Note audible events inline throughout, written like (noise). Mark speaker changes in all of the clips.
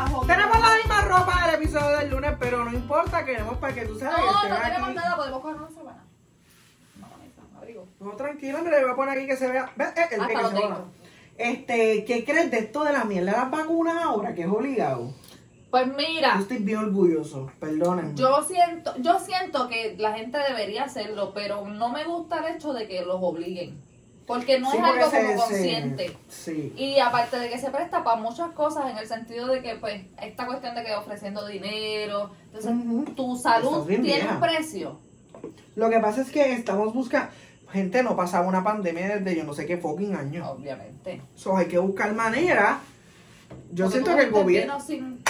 Speaker 1: este
Speaker 2: pues,
Speaker 1: No, tranquila, mira, yo voy a poner aquí que se vea. Ve, eh, el
Speaker 2: Ah,
Speaker 1: que
Speaker 2: para
Speaker 1: se
Speaker 2: lo
Speaker 1: joda.
Speaker 2: tengo.
Speaker 1: Este, ¿qué crees de esto de la mierda de las vacunas ahora? Que es obligado.
Speaker 2: Pues
Speaker 1: Yo
Speaker 2: mira,
Speaker 1: estoy bien orgulloso, perdónenme.
Speaker 2: yo siento, yo siento que la gente debería hacerlo, pero no me gusta el hecho de que los obliguen. Porque no
Speaker 1: Sí,
Speaker 2: es
Speaker 1: porque
Speaker 2: algo
Speaker 1: se-
Speaker 2: como
Speaker 1: se-
Speaker 2: consciente.
Speaker 1: Sí.
Speaker 2: Y aparte de que se presta para muchas cosas, en el sentido de que, pues, esta cuestión de que ofreciendo dinero, entonces,
Speaker 1: Ujú.
Speaker 2: tu salud
Speaker 1: Estás bien
Speaker 2: tiene
Speaker 1: vieja.
Speaker 2: un precio.
Speaker 1: Lo que pasa es que estamos buscando. Gente, no pasaba una pandemia desde yo no sé qué fucking año.
Speaker 2: Obviamente.
Speaker 1: So, hay que buscar manera. Yo
Speaker 2: Porque
Speaker 1: siento
Speaker 2: tú
Speaker 1: que el
Speaker 2: puedes
Speaker 1: gobierno.
Speaker 2: tener sin-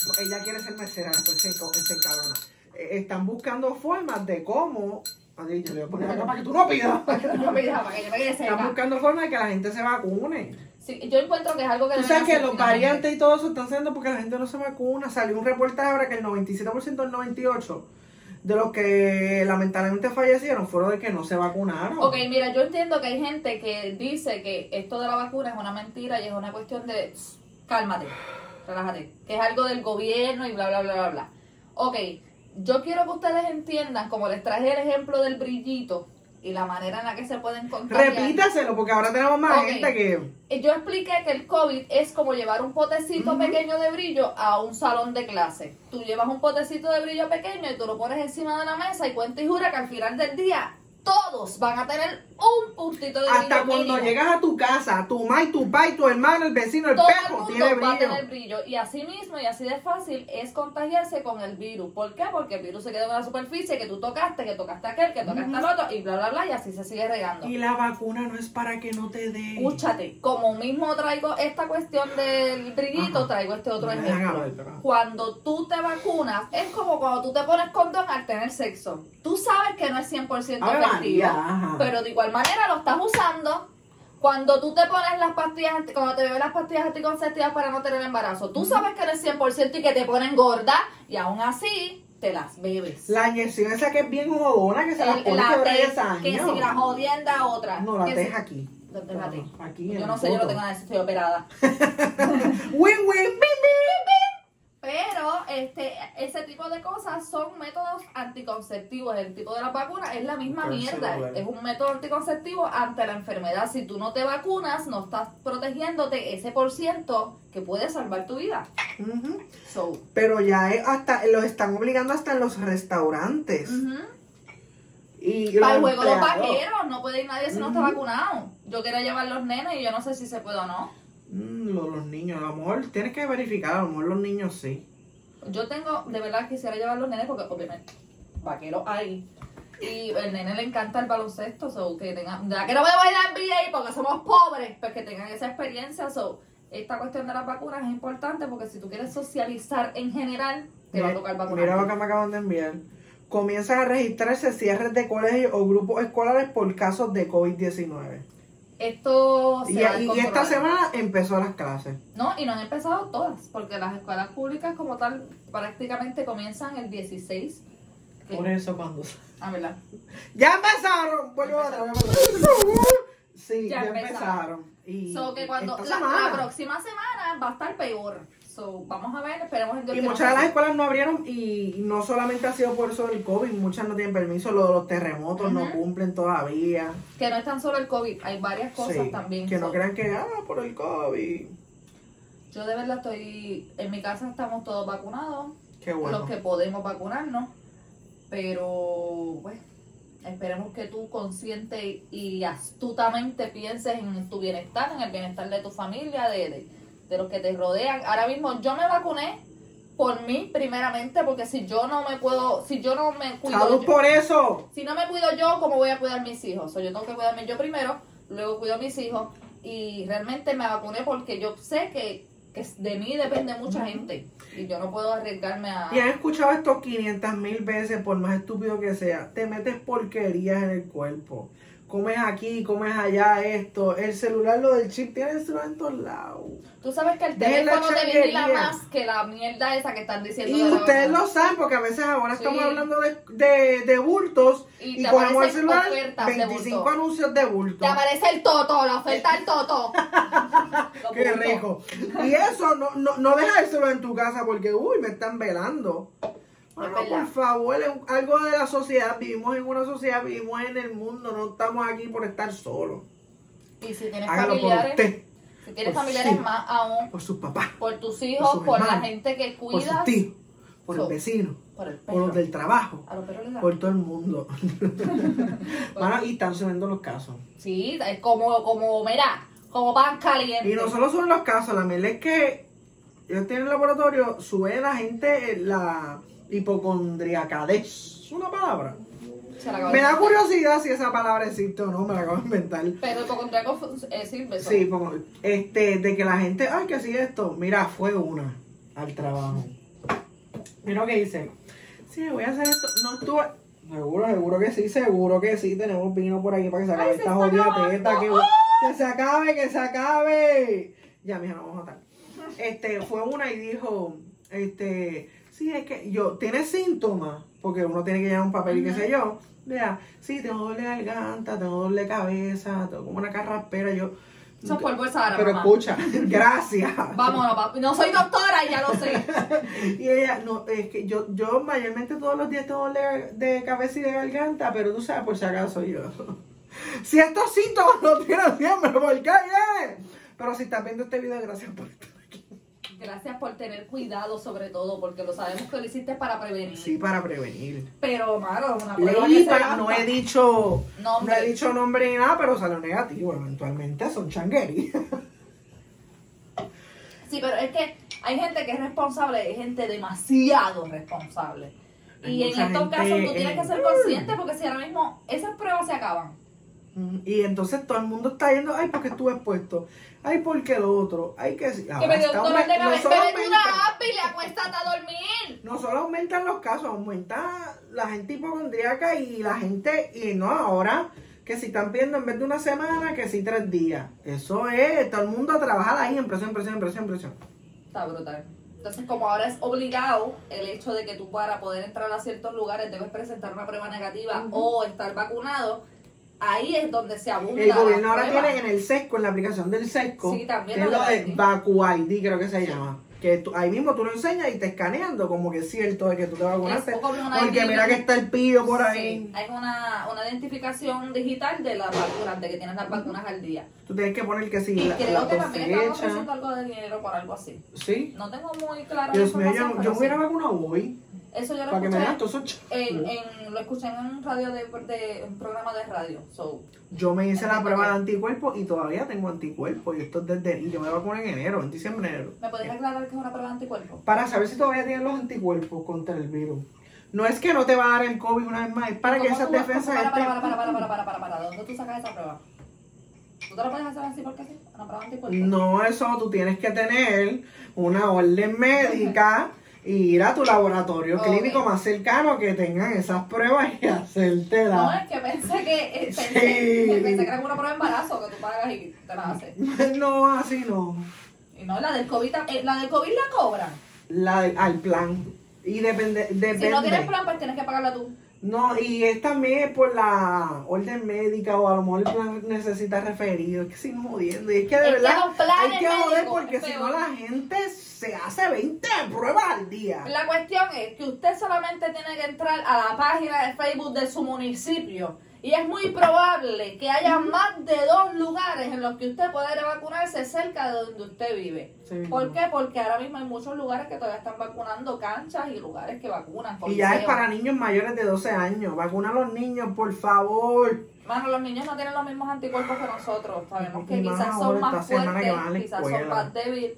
Speaker 2: (laughs)
Speaker 1: Ella quiere ser mesera, después se, enco- se encabrona. Eh, Están buscando formas de cómo. Ay, yo le voy a poner acá para que tú no pidas.
Speaker 2: no, mira, para que yo me quede seca.
Speaker 1: Están buscando formas de que la gente se vacune.
Speaker 2: Sí, yo encuentro que es algo que...
Speaker 1: Tú
Speaker 2: deben
Speaker 1: sabes que
Speaker 2: hacer
Speaker 1: los
Speaker 2: finalmente.
Speaker 1: variantes y todo eso están siendo porque la gente no se vacuna. Salió un reportaje ahora que el 97% del 98% de los que lamentablemente fallecieron fueron de que no se vacunaron.
Speaker 2: Ok, mira, yo entiendo que hay gente que dice que esto de la vacuna es una mentira y es una cuestión de "Shh, cálmate, relájate, que es algo del gobierno y bla, bla, bla, bla, bla. Ok, yo quiero que ustedes entiendan, como les traje el ejemplo del brillito y la manera en la que se pueden contagiar.
Speaker 1: Repítaselo porque ahora tenemos más
Speaker 2: Ok.
Speaker 1: gente que...
Speaker 2: Eh, Yo expliqué que el COVID es como llevar un potecito
Speaker 1: Ujú.
Speaker 2: pequeño de brillo a un salón de clase. Tú llevas un potecito de brillo pequeño y tú lo pones encima de la mesa y cuenta y jura que al final del día todos van a tener un puntito de brillo.
Speaker 1: Hasta cuando
Speaker 2: mínimo.
Speaker 1: llegas a tu casa, tu mamá, y tu papá, y tu hermano, el vecino, el
Speaker 2: Todo el
Speaker 1: perro
Speaker 2: mundo
Speaker 1: tiene
Speaker 2: va a
Speaker 1: brillo.
Speaker 2: tener brillo. Y así mismo y así de fácil es contagiarse con el virus. ¿Por qué? Porque el virus se queda en la superficie que tú tocaste, que tocaste aquel, que tocaste al otro y bla, bla, bla. Y así se sigue regando.
Speaker 1: Y la vacuna no es para que no te dé.
Speaker 2: Escúchate, como mismo traigo esta cuestión del brillito,
Speaker 1: Ajá.
Speaker 2: traigo este otro
Speaker 1: Me dejan hablar,
Speaker 2: ejemplo.
Speaker 1: pero-
Speaker 2: Cuando tú te vacunas, es como cuando tú te pones condón al tener sexo. Tú sabes que no es 100%
Speaker 1: Ave
Speaker 2: efectivo,
Speaker 1: María, ajá.
Speaker 2: pero de igual manera lo estás usando. Cuando tú te pones las pastillas, anti- cuando te bebes las pastillas anticonceptivas para no tener embarazo, tú sabes que no es 100% y que te ponen gorda y aún así te las bebes.
Speaker 1: La inyección esa que es bien jodona, que se la
Speaker 2: El-
Speaker 1: pone
Speaker 2: la
Speaker 1: cada
Speaker 2: te-
Speaker 1: 10 años.
Speaker 2: que si la jodienda otra.
Speaker 1: No, la
Speaker 2: que si-
Speaker 1: deja aquí.
Speaker 2: ¿Dónde la tengo?
Speaker 1: Aquí en
Speaker 2: yo
Speaker 1: el
Speaker 2: no sé, yo no
Speaker 1: foto.
Speaker 2: tengo nada de eso, estoy operada.
Speaker 1: Win, win, bim, bim.
Speaker 2: Pero este, ese tipo de cosas son métodos anticonceptivos. El tipo de las vacunas es la misma
Speaker 1: Entonces,
Speaker 2: mierda.
Speaker 1: bueno.
Speaker 2: Es un método anticonceptivo ante la enfermedad. Si tú no te vacunas, no estás protegiéndote ese por ciento que puede salvar tu vida.
Speaker 1: Ujú.
Speaker 2: So,
Speaker 1: Pero ya es hasta lo están obligando hasta en los restaurantes.
Speaker 2: ujú.
Speaker 1: y los
Speaker 2: Para el juego de los
Speaker 1: empleados.
Speaker 2: vaqueros, no puede ir nadie si no está
Speaker 1: Ujú.
Speaker 2: vacunado. Yo quiero llevar los nenes y yo no sé si se puede o no.
Speaker 1: Mm, lo- los niños, a lo mejor tienes que verificar, a lo mejor los niños sí.
Speaker 2: Yo tengo, de verdad quisiera llevar los nenes porque obviamente vaqueros hay. Y el nene le encanta el baloncesto, so que tengan, ya que no voy a bailar NBA porque somos pobres, pues que tengan esa experiencia, so esta cuestión de las vacunas es importante porque si tú quieres socializar en general, te va a tocar vacunar.
Speaker 1: Mira lo que me acaban de enviar. Comienzan a registrarse cierres de colegios o grupos escolares por casos de COVID-19.
Speaker 2: Esto se
Speaker 1: Y,
Speaker 2: va a
Speaker 1: y esta
Speaker 2: descontrolar.
Speaker 1: semana empezó las clases.
Speaker 2: No, y no han empezado todas, porque las escuelas públicas como tal prácticamente comienzan el 16. que-
Speaker 1: eso cuando...
Speaker 2: ah, ¿verdad?
Speaker 1: ¡Ya empezaron! Vuelvo otra vez. Sí,
Speaker 2: Ya
Speaker 1: ya,
Speaker 2: empezaron.
Speaker 1: empezaron. Y
Speaker 2: So que cuando la,
Speaker 1: esta
Speaker 2: la
Speaker 1: semana.
Speaker 2: próxima semana va a estar peor. So, vamos a ver, esperemos en Dios
Speaker 1: Y
Speaker 2: que no
Speaker 1: muchas de las
Speaker 2: pase.
Speaker 1: escuelas no abrieron y no solamente ha sido por eso del COVID, muchas no tienen permiso, lo de los terremotos no
Speaker 2: Ajá.
Speaker 1: cumplen todavía.
Speaker 2: Que no es tan solo el COVID, hay varias cosas
Speaker 1: Sí,
Speaker 2: también.
Speaker 1: Que no
Speaker 2: So,
Speaker 1: crean que, ah, por el COVID.
Speaker 2: Yo de verdad estoy, en mi casa estamos todos vacunados,
Speaker 1: Qué bueno.
Speaker 2: los que podemos vacunarnos, pero pues esperemos que tú consciente y astutamente pienses en tu bienestar, en el bienestar de tu familia, de, de, de los que te rodean. Ahora mismo yo me vacuné por mí primeramente, porque si yo no me puedo, si yo no me cuido...
Speaker 1: ¡Salud
Speaker 2: yo-
Speaker 1: por eso!
Speaker 2: si no me cuido yo, ¿cómo voy a cuidar mis hijos? So, yo tengo que cuidarme yo primero, luego cuido a mis hijos y realmente me vacuné porque yo sé que, que de mí depende mucha gente y yo no puedo arriesgarme a...
Speaker 1: Y han escuchado esto 500 mil veces, por más estúpido que sea. Te metes porquerías en el cuerpo. Comes aquí, comes allá, esto. El celular, lo del chip, tiene el celular en todos lados.
Speaker 2: Tú sabes que el
Speaker 1: Dejen la
Speaker 2: teléfono te vigila
Speaker 1: changuería.
Speaker 2: más que la mierda esa que están diciendo.
Speaker 1: Y
Speaker 2: de la
Speaker 1: ustedes
Speaker 2: vacuna.
Speaker 1: lo saben, porque a veces ahora estamos
Speaker 2: Sí.
Speaker 1: hablando de, de, de bultos
Speaker 2: Y
Speaker 1: y,
Speaker 2: te
Speaker 1: ponemos el
Speaker 2: aparecen
Speaker 1: celular
Speaker 2: ofertas de
Speaker 1: 25
Speaker 2: bulto.
Speaker 1: anuncios de bulto.
Speaker 2: Te aparece el toto, la oferta
Speaker 1: (laughs)
Speaker 2: del toto. Los
Speaker 1: Qué
Speaker 2: bultos.
Speaker 1: rico. Y eso, no, no, no deja el celular en tu casa porque, uy, me están velando. Bueno,
Speaker 2: Es Pues verdad.
Speaker 1: por favor, es un- algo de la sociedad. Vivimos en una sociedad, vivimos en el mundo, no estamos aquí por estar solos.
Speaker 2: Y si tienes
Speaker 1: Hágalo por
Speaker 2: familiares,
Speaker 1: usted,
Speaker 2: si tienes
Speaker 1: Por
Speaker 2: familiares
Speaker 1: sí.
Speaker 2: más aún,
Speaker 1: por sus papás,
Speaker 2: por tus hijos,
Speaker 1: sus
Speaker 2: por, la
Speaker 1: hermanos,
Speaker 2: gente que
Speaker 1: por
Speaker 2: cuidas,
Speaker 1: sus tíos, por el
Speaker 2: So- pues
Speaker 1: vecino,
Speaker 2: por el
Speaker 1: por
Speaker 2: perro.
Speaker 1: los del trabajo,
Speaker 2: A los perros les da-
Speaker 1: por todo el mundo. (laughs) Mano, y están subiendo los casos.
Speaker 2: Sí, es como, como, mira, como pan caliente.
Speaker 1: Y no solo son los casos, la mierda es que ellos tienen el laboratorio, sube la gente eh, la hipocondriacadez. Es una palabra.
Speaker 2: Se la acabo
Speaker 1: Me
Speaker 2: de-
Speaker 1: da curiosidad si esa palabra existe o no, me la acabo de inventar.
Speaker 2: Pero tu contrato fun- eh, sirve. ¿so?
Speaker 1: Sí, como, este, de que la gente, ay, que así esto, mira, fue una al trabajo. Mira lo que dice. Sí, voy a hacer esto. No estuve. Seguro, seguro que sí, seguro que sí. Tenemos vino por aquí para que se acabe
Speaker 2: Ay, se
Speaker 1: esta
Speaker 2: está
Speaker 1: jodida
Speaker 2: acabando.
Speaker 1: teta. Que, que se acabe, que se acabe. Ya, mija, no vamos a matar. Este, fue una y dijo, este, sí, es que yo, tiene síntomas, porque uno tiene que llevar un papel y qué
Speaker 2: Ujú.
Speaker 1: sé yo. Mira, sí, tengo doble garganta, tengo doble cabeza, tengo como una carraspera. Yo,
Speaker 2: Eso es polvo de Sahara,
Speaker 1: pero
Speaker 2: mamá.
Speaker 1: escucha, (laughs) gracias.
Speaker 2: Vámonos, papi. No soy doctora, ya lo sé. (laughs)
Speaker 1: Y ella, no, es que yo, yo mayormente todos los días tengo dolor de cabeza y de garganta, pero tú sabes por si acaso yo. (laughs) Si estos síntomas no tienen siempre, ¿por qué? Pero si estás viendo este video, gracias por estar aquí.
Speaker 2: Gracias por tener cuidado, sobre todo, porque lo sabemos que lo hiciste para prevenir.
Speaker 1: Sí, para prevenir.
Speaker 2: Ah, Pero, mano, es una prueba que se
Speaker 1: Leipa,
Speaker 2: lanza.
Speaker 1: no he dicho nombre.
Speaker 2: Nombre.
Speaker 1: no he dicho nombre ni nada, pero salió negativo. Eventualmente son changuerías.
Speaker 2: Sí, pero es que hay gente que es responsable, hay gente demasiado responsable.
Speaker 1: Hay
Speaker 2: Y en
Speaker 1: mucha
Speaker 2: estos
Speaker 1: gente,
Speaker 2: casos tú tienes
Speaker 1: eh,
Speaker 2: que ser consciente porque si ahora mismo esas pruebas se acaban.
Speaker 1: Y entonces todo el mundo está yendo, ay, porque estuve expuesto, ay, porque lo otro, ay, que sí.
Speaker 2: que
Speaker 1: Ahora
Speaker 2: me dio
Speaker 1: está
Speaker 2: un dolor de
Speaker 1: aumen- no
Speaker 2: cabeza.
Speaker 1: solo
Speaker 2: Bebete
Speaker 1: aumentan-
Speaker 2: una app y le acuéstate a dormir.
Speaker 1: no solo aumentan los casos, aumenta la gente hipocondríaca y la gente, y no ahora, que si están pidiendo en vez de una semana, que si tres días. Eso es, todo el mundo a trabajar ahí en presión, presión, presión, presión.
Speaker 2: Está brutal. Entonces, como ahora es obligado el hecho de que tú para poder entrar a ciertos lugares debes presentar una prueba negativa o estar vacunado, ahí es donde se abunda.
Speaker 1: El gobierno
Speaker 2: la
Speaker 1: ahora
Speaker 2: prueba.
Speaker 1: tiene en el SESCO, en la aplicación del SESCO,
Speaker 2: Sí, también
Speaker 1: tiene
Speaker 2: lo
Speaker 1: lo
Speaker 2: de
Speaker 1: de
Speaker 2: ID.
Speaker 1: VacuID, creo que se llama. Que tú- ahí mismo tú lo enseñas y te escaneando como que es cierto de que tú te vacunaste.
Speaker 2: Es como una
Speaker 1: Porque
Speaker 2: ID.
Speaker 1: mira que está el pillo por ahí.
Speaker 2: Sí, hay una, una identificación digital de las vacunas, de que tienes las vacunas al día.
Speaker 1: Tú tienes que poner que sí,
Speaker 2: Y
Speaker 1: la,
Speaker 2: creo
Speaker 1: la
Speaker 2: que también están ofreciendo
Speaker 1: cosecha.
Speaker 2: algo de dinero por algo así.
Speaker 1: Sí.
Speaker 2: No tengo muy claro la
Speaker 1: Dios mío,
Speaker 2: información,
Speaker 1: yo,
Speaker 2: pero
Speaker 1: yo me hubiera
Speaker 2: sí. eh,
Speaker 1: vacunado hoy.
Speaker 2: Eso yo lo
Speaker 1: Para que me
Speaker 2: escuché,
Speaker 1: den todos esos ch-
Speaker 2: en, en- lo escuché en un, radio de, de- un programa de radio. So,
Speaker 1: Yo me hice la prueba de anticuerpos y todavía tengo anticuerpos. Y esto es desde. Yo me vacuné en enero, en diciembre, enero. Eh,
Speaker 2: ¿Me podrías aclarar qué es una prueba de anticuerpos?
Speaker 1: Para saber si todavía tienes los anticuerpos contra el virus. No es que no te va a dar el COVID una vez más, es para que
Speaker 2: ¿Cómo
Speaker 1: esas
Speaker 2: tú vas-
Speaker 1: defensas.
Speaker 2: Para, para, para, para, para,
Speaker 1: estén-
Speaker 2: para, para, para, para, ¿dónde tú sacas esa prueba? ¿Tú te la puedes hacer así porque sí? ¿Una prueba de anticuerpos?
Speaker 1: No, eso tú tienes que tener una orden
Speaker 2: (laughs)
Speaker 1: médica e ir a tu laboratorio
Speaker 2: Ok.
Speaker 1: clínico más cercano que tengan esas pruebas y (laughs) hacértela.
Speaker 2: No, es que
Speaker 1: (laughs)
Speaker 2: pensé que, eh, pensé,
Speaker 1: Sí.
Speaker 2: pensé que era una prueba de embarazo que tú pagas y te la haces.
Speaker 1: (laughs) No, así no.
Speaker 2: Y no, la del COVID, tam- eh, la del COVID la cobran.
Speaker 1: La, al plan. Y depende. depende.
Speaker 2: Si no tienes plan, pues tienes que pagarla tú.
Speaker 1: No, y es también por la orden médica o a lo mejor el plan necesita referido. Es que siguen jodiendo. Y es que de
Speaker 2: Es que
Speaker 1: verdad
Speaker 2: los planes
Speaker 1: hay que joder
Speaker 2: médicos
Speaker 1: porque
Speaker 2: es
Speaker 1: si no
Speaker 2: peor.
Speaker 1: la gente se hace 20 pruebas al día.
Speaker 2: La cuestión es que usted solamente tiene que entrar a la página de Facebook de su municipio y es muy probable que haya más de dos lugares en los que usted pueda ir a vacunarse cerca de donde usted vive.
Speaker 1: Sí,
Speaker 2: ¿Por
Speaker 1: no.
Speaker 2: qué? Porque ahora mismo hay muchos lugares que todavía están vacunando canchas y lugares que vacunan.
Speaker 1: Y ya es
Speaker 2: coliseos.
Speaker 1: para niños mayores de 12 años. Vacuna a los niños, por favor.
Speaker 2: Mano, los niños no tienen los mismos anticuerpos que nosotros. Sabemos
Speaker 1: Y
Speaker 2: que
Speaker 1: más
Speaker 2: quizás
Speaker 1: ahora
Speaker 2: son más
Speaker 1: esta semana que
Speaker 2: fuertes,
Speaker 1: van a la
Speaker 2: quizás son
Speaker 1: escuela.
Speaker 2: más débiles,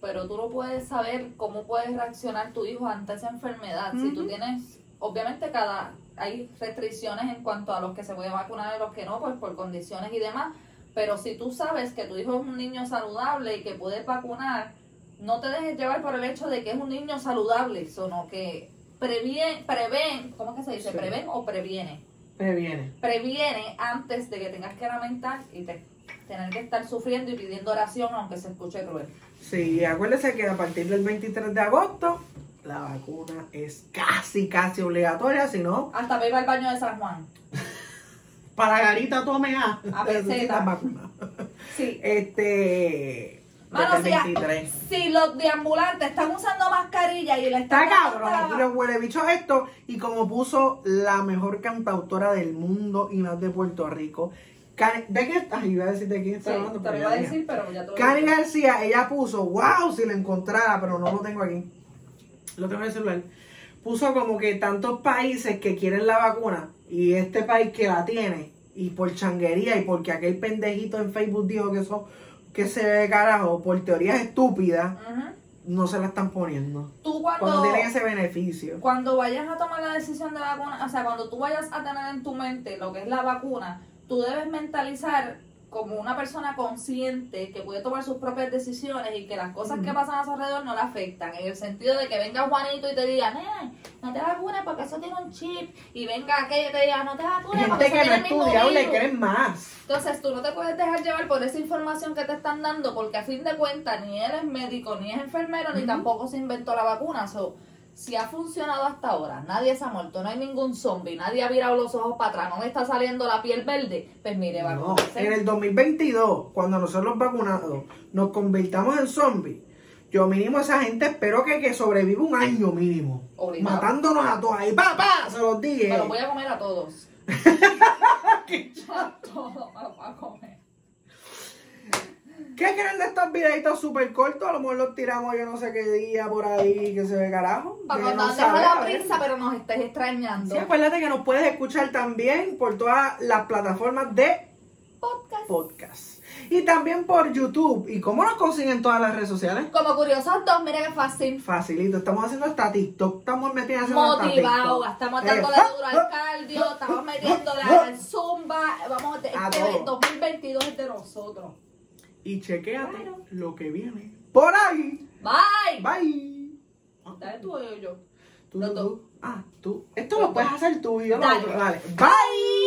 Speaker 2: pero tú no puedes saber cómo puedes reaccionar tu hijo ante esa enfermedad. Si tú
Speaker 1: Ujú.
Speaker 2: tienes, obviamente cada hay restricciones en cuanto a los que se pueden vacunar y los que no, pues por condiciones y demás. Pero si tú sabes que tu hijo es un niño saludable y que puedes vacunar, no te dejes llevar por el hecho de que es un niño saludable, sino que previen, prevén, ¿cómo que se dice?
Speaker 1: Sí.
Speaker 2: ¿Prevén o previene?
Speaker 1: Previene.
Speaker 2: previene antes de que tengas que lamentar y te, tener que estar sufriendo y pidiendo oración aunque se escuche cruel.
Speaker 1: Sí, acuérdese que a partir del 23 de agosto la vacuna es casi, casi obligatoria, si no,
Speaker 2: Hasta me iba al baño de San Juan.
Speaker 1: para Garita tome A.
Speaker 2: A peseta.
Speaker 1: Necesitas vacuna.
Speaker 2: Sí.
Speaker 1: Este,
Speaker 2: Mano,
Speaker 1: desde
Speaker 2: si,
Speaker 1: el
Speaker 2: a-
Speaker 1: 23.
Speaker 2: si los deambulantes están usando mascarilla y le están
Speaker 1: Está cabrón. Y los huelebichos esto. Y como puso la mejor cantautora del mundo y más de Puerto Rico. Karen- ¿De qué estás? Iba a decir de quién
Speaker 2: Sí,
Speaker 1: está hablando.
Speaker 2: te
Speaker 1: pero
Speaker 2: lo
Speaker 1: ya
Speaker 2: iba a
Speaker 1: dije.
Speaker 2: decir, pero ya te lo
Speaker 1: Karen
Speaker 2: dije.
Speaker 1: García, ella puso, wow, si lo encontrara, pero no lo tengo aquí. Lo tengo en el celular. Puso como que tantos países que quieren la vacuna y este país que la tiene, y por changuería, y porque aquel pendejito en Facebook dijo que eso, que se ve carajo, por teorías estúpidas,
Speaker 2: Ujú.
Speaker 1: no se la están poniendo.
Speaker 2: Tú
Speaker 1: Cuando tienen ese beneficio.
Speaker 2: Cuando vayas a tomar la decisión de vacuna, o sea, cuando tú vayas a tener en tu mente lo que es la vacuna, tú debes mentalizar como una persona consciente que puede tomar sus propias decisiones y que las cosas que pasan a su alrededor no la afectan. En el sentido de que venga Juanito y te diga, "Nene, no te vacunes porque eso tiene un chip. Y venga aquella y te diga, no te vacunes
Speaker 1: Gente
Speaker 2: porque eso
Speaker 1: que no
Speaker 2: tiene el mismo
Speaker 1: estudiado le
Speaker 2: virus".
Speaker 1: creen más.
Speaker 2: Entonces tú no te puedes dejar llevar por esa información que te están dando porque a fin de cuentas ni él es médico, ni es enfermero, ni tampoco se inventó la vacuna. So, si ha funcionado hasta ahora, nadie se ha muerto, no hay ningún zombie, nadie ha virado los ojos para atrás, no le está saliendo la piel verde, pues mire,
Speaker 1: No,
Speaker 2: vacúnese.
Speaker 1: en el 2022, cuando nosotros los vacunados nos convirtamos en zombies, yo mínimo esa gente espero que, que sobreviva un año mínimo.
Speaker 2: Obligado.
Speaker 1: Matándonos a todos ahí, papá, se los dije.
Speaker 2: Me lo voy a comer
Speaker 1: (laughs)
Speaker 2: a todos. (laughs) a todos me lo voy a comer.
Speaker 1: ¿Qué creen de estos videitos súper cortos? A lo mejor los tiramos yo no sé qué día por ahí, que se ve carajo.
Speaker 2: Para
Speaker 1: que
Speaker 2: cuando
Speaker 1: no
Speaker 2: andemos a la pues,
Speaker 1: sabe, a ver.
Speaker 2: prisa, pero nos estés extrañando.
Speaker 1: Sí, acuérdate que nos puedes escuchar también por todas las plataformas de
Speaker 2: Podcast.
Speaker 1: podcast. Y también por YouTube. ¿Y cómo nos consiguen todas las redes sociales?
Speaker 2: Como curiosos dos, mira qué fácil.
Speaker 1: Facilito, estamos haciendo hasta TikTok, estamos metidos haciendo hasta
Speaker 2: motivado,
Speaker 1: TikTok.
Speaker 2: estamos
Speaker 1: Eh,
Speaker 2: dándole
Speaker 1: ah,
Speaker 2: duro
Speaker 1: ah,
Speaker 2: al cardio, estamos metiéndole al zumba, vamos, este
Speaker 1: A
Speaker 2: este
Speaker 1: todo.
Speaker 2: 2022 es de nosotros.
Speaker 1: Y chequéate
Speaker 2: Claro.
Speaker 1: lo que viene. Por ahí.
Speaker 2: Bye.
Speaker 1: Bye.
Speaker 2: Ah, Dale tú o yo.
Speaker 1: Tú,
Speaker 2: Los
Speaker 1: tú,
Speaker 2: dos.
Speaker 1: tú. Ah, tú. Esto lo puedes hacer tú y yo lo
Speaker 2: Dale.
Speaker 1: otro. Dale. Bye.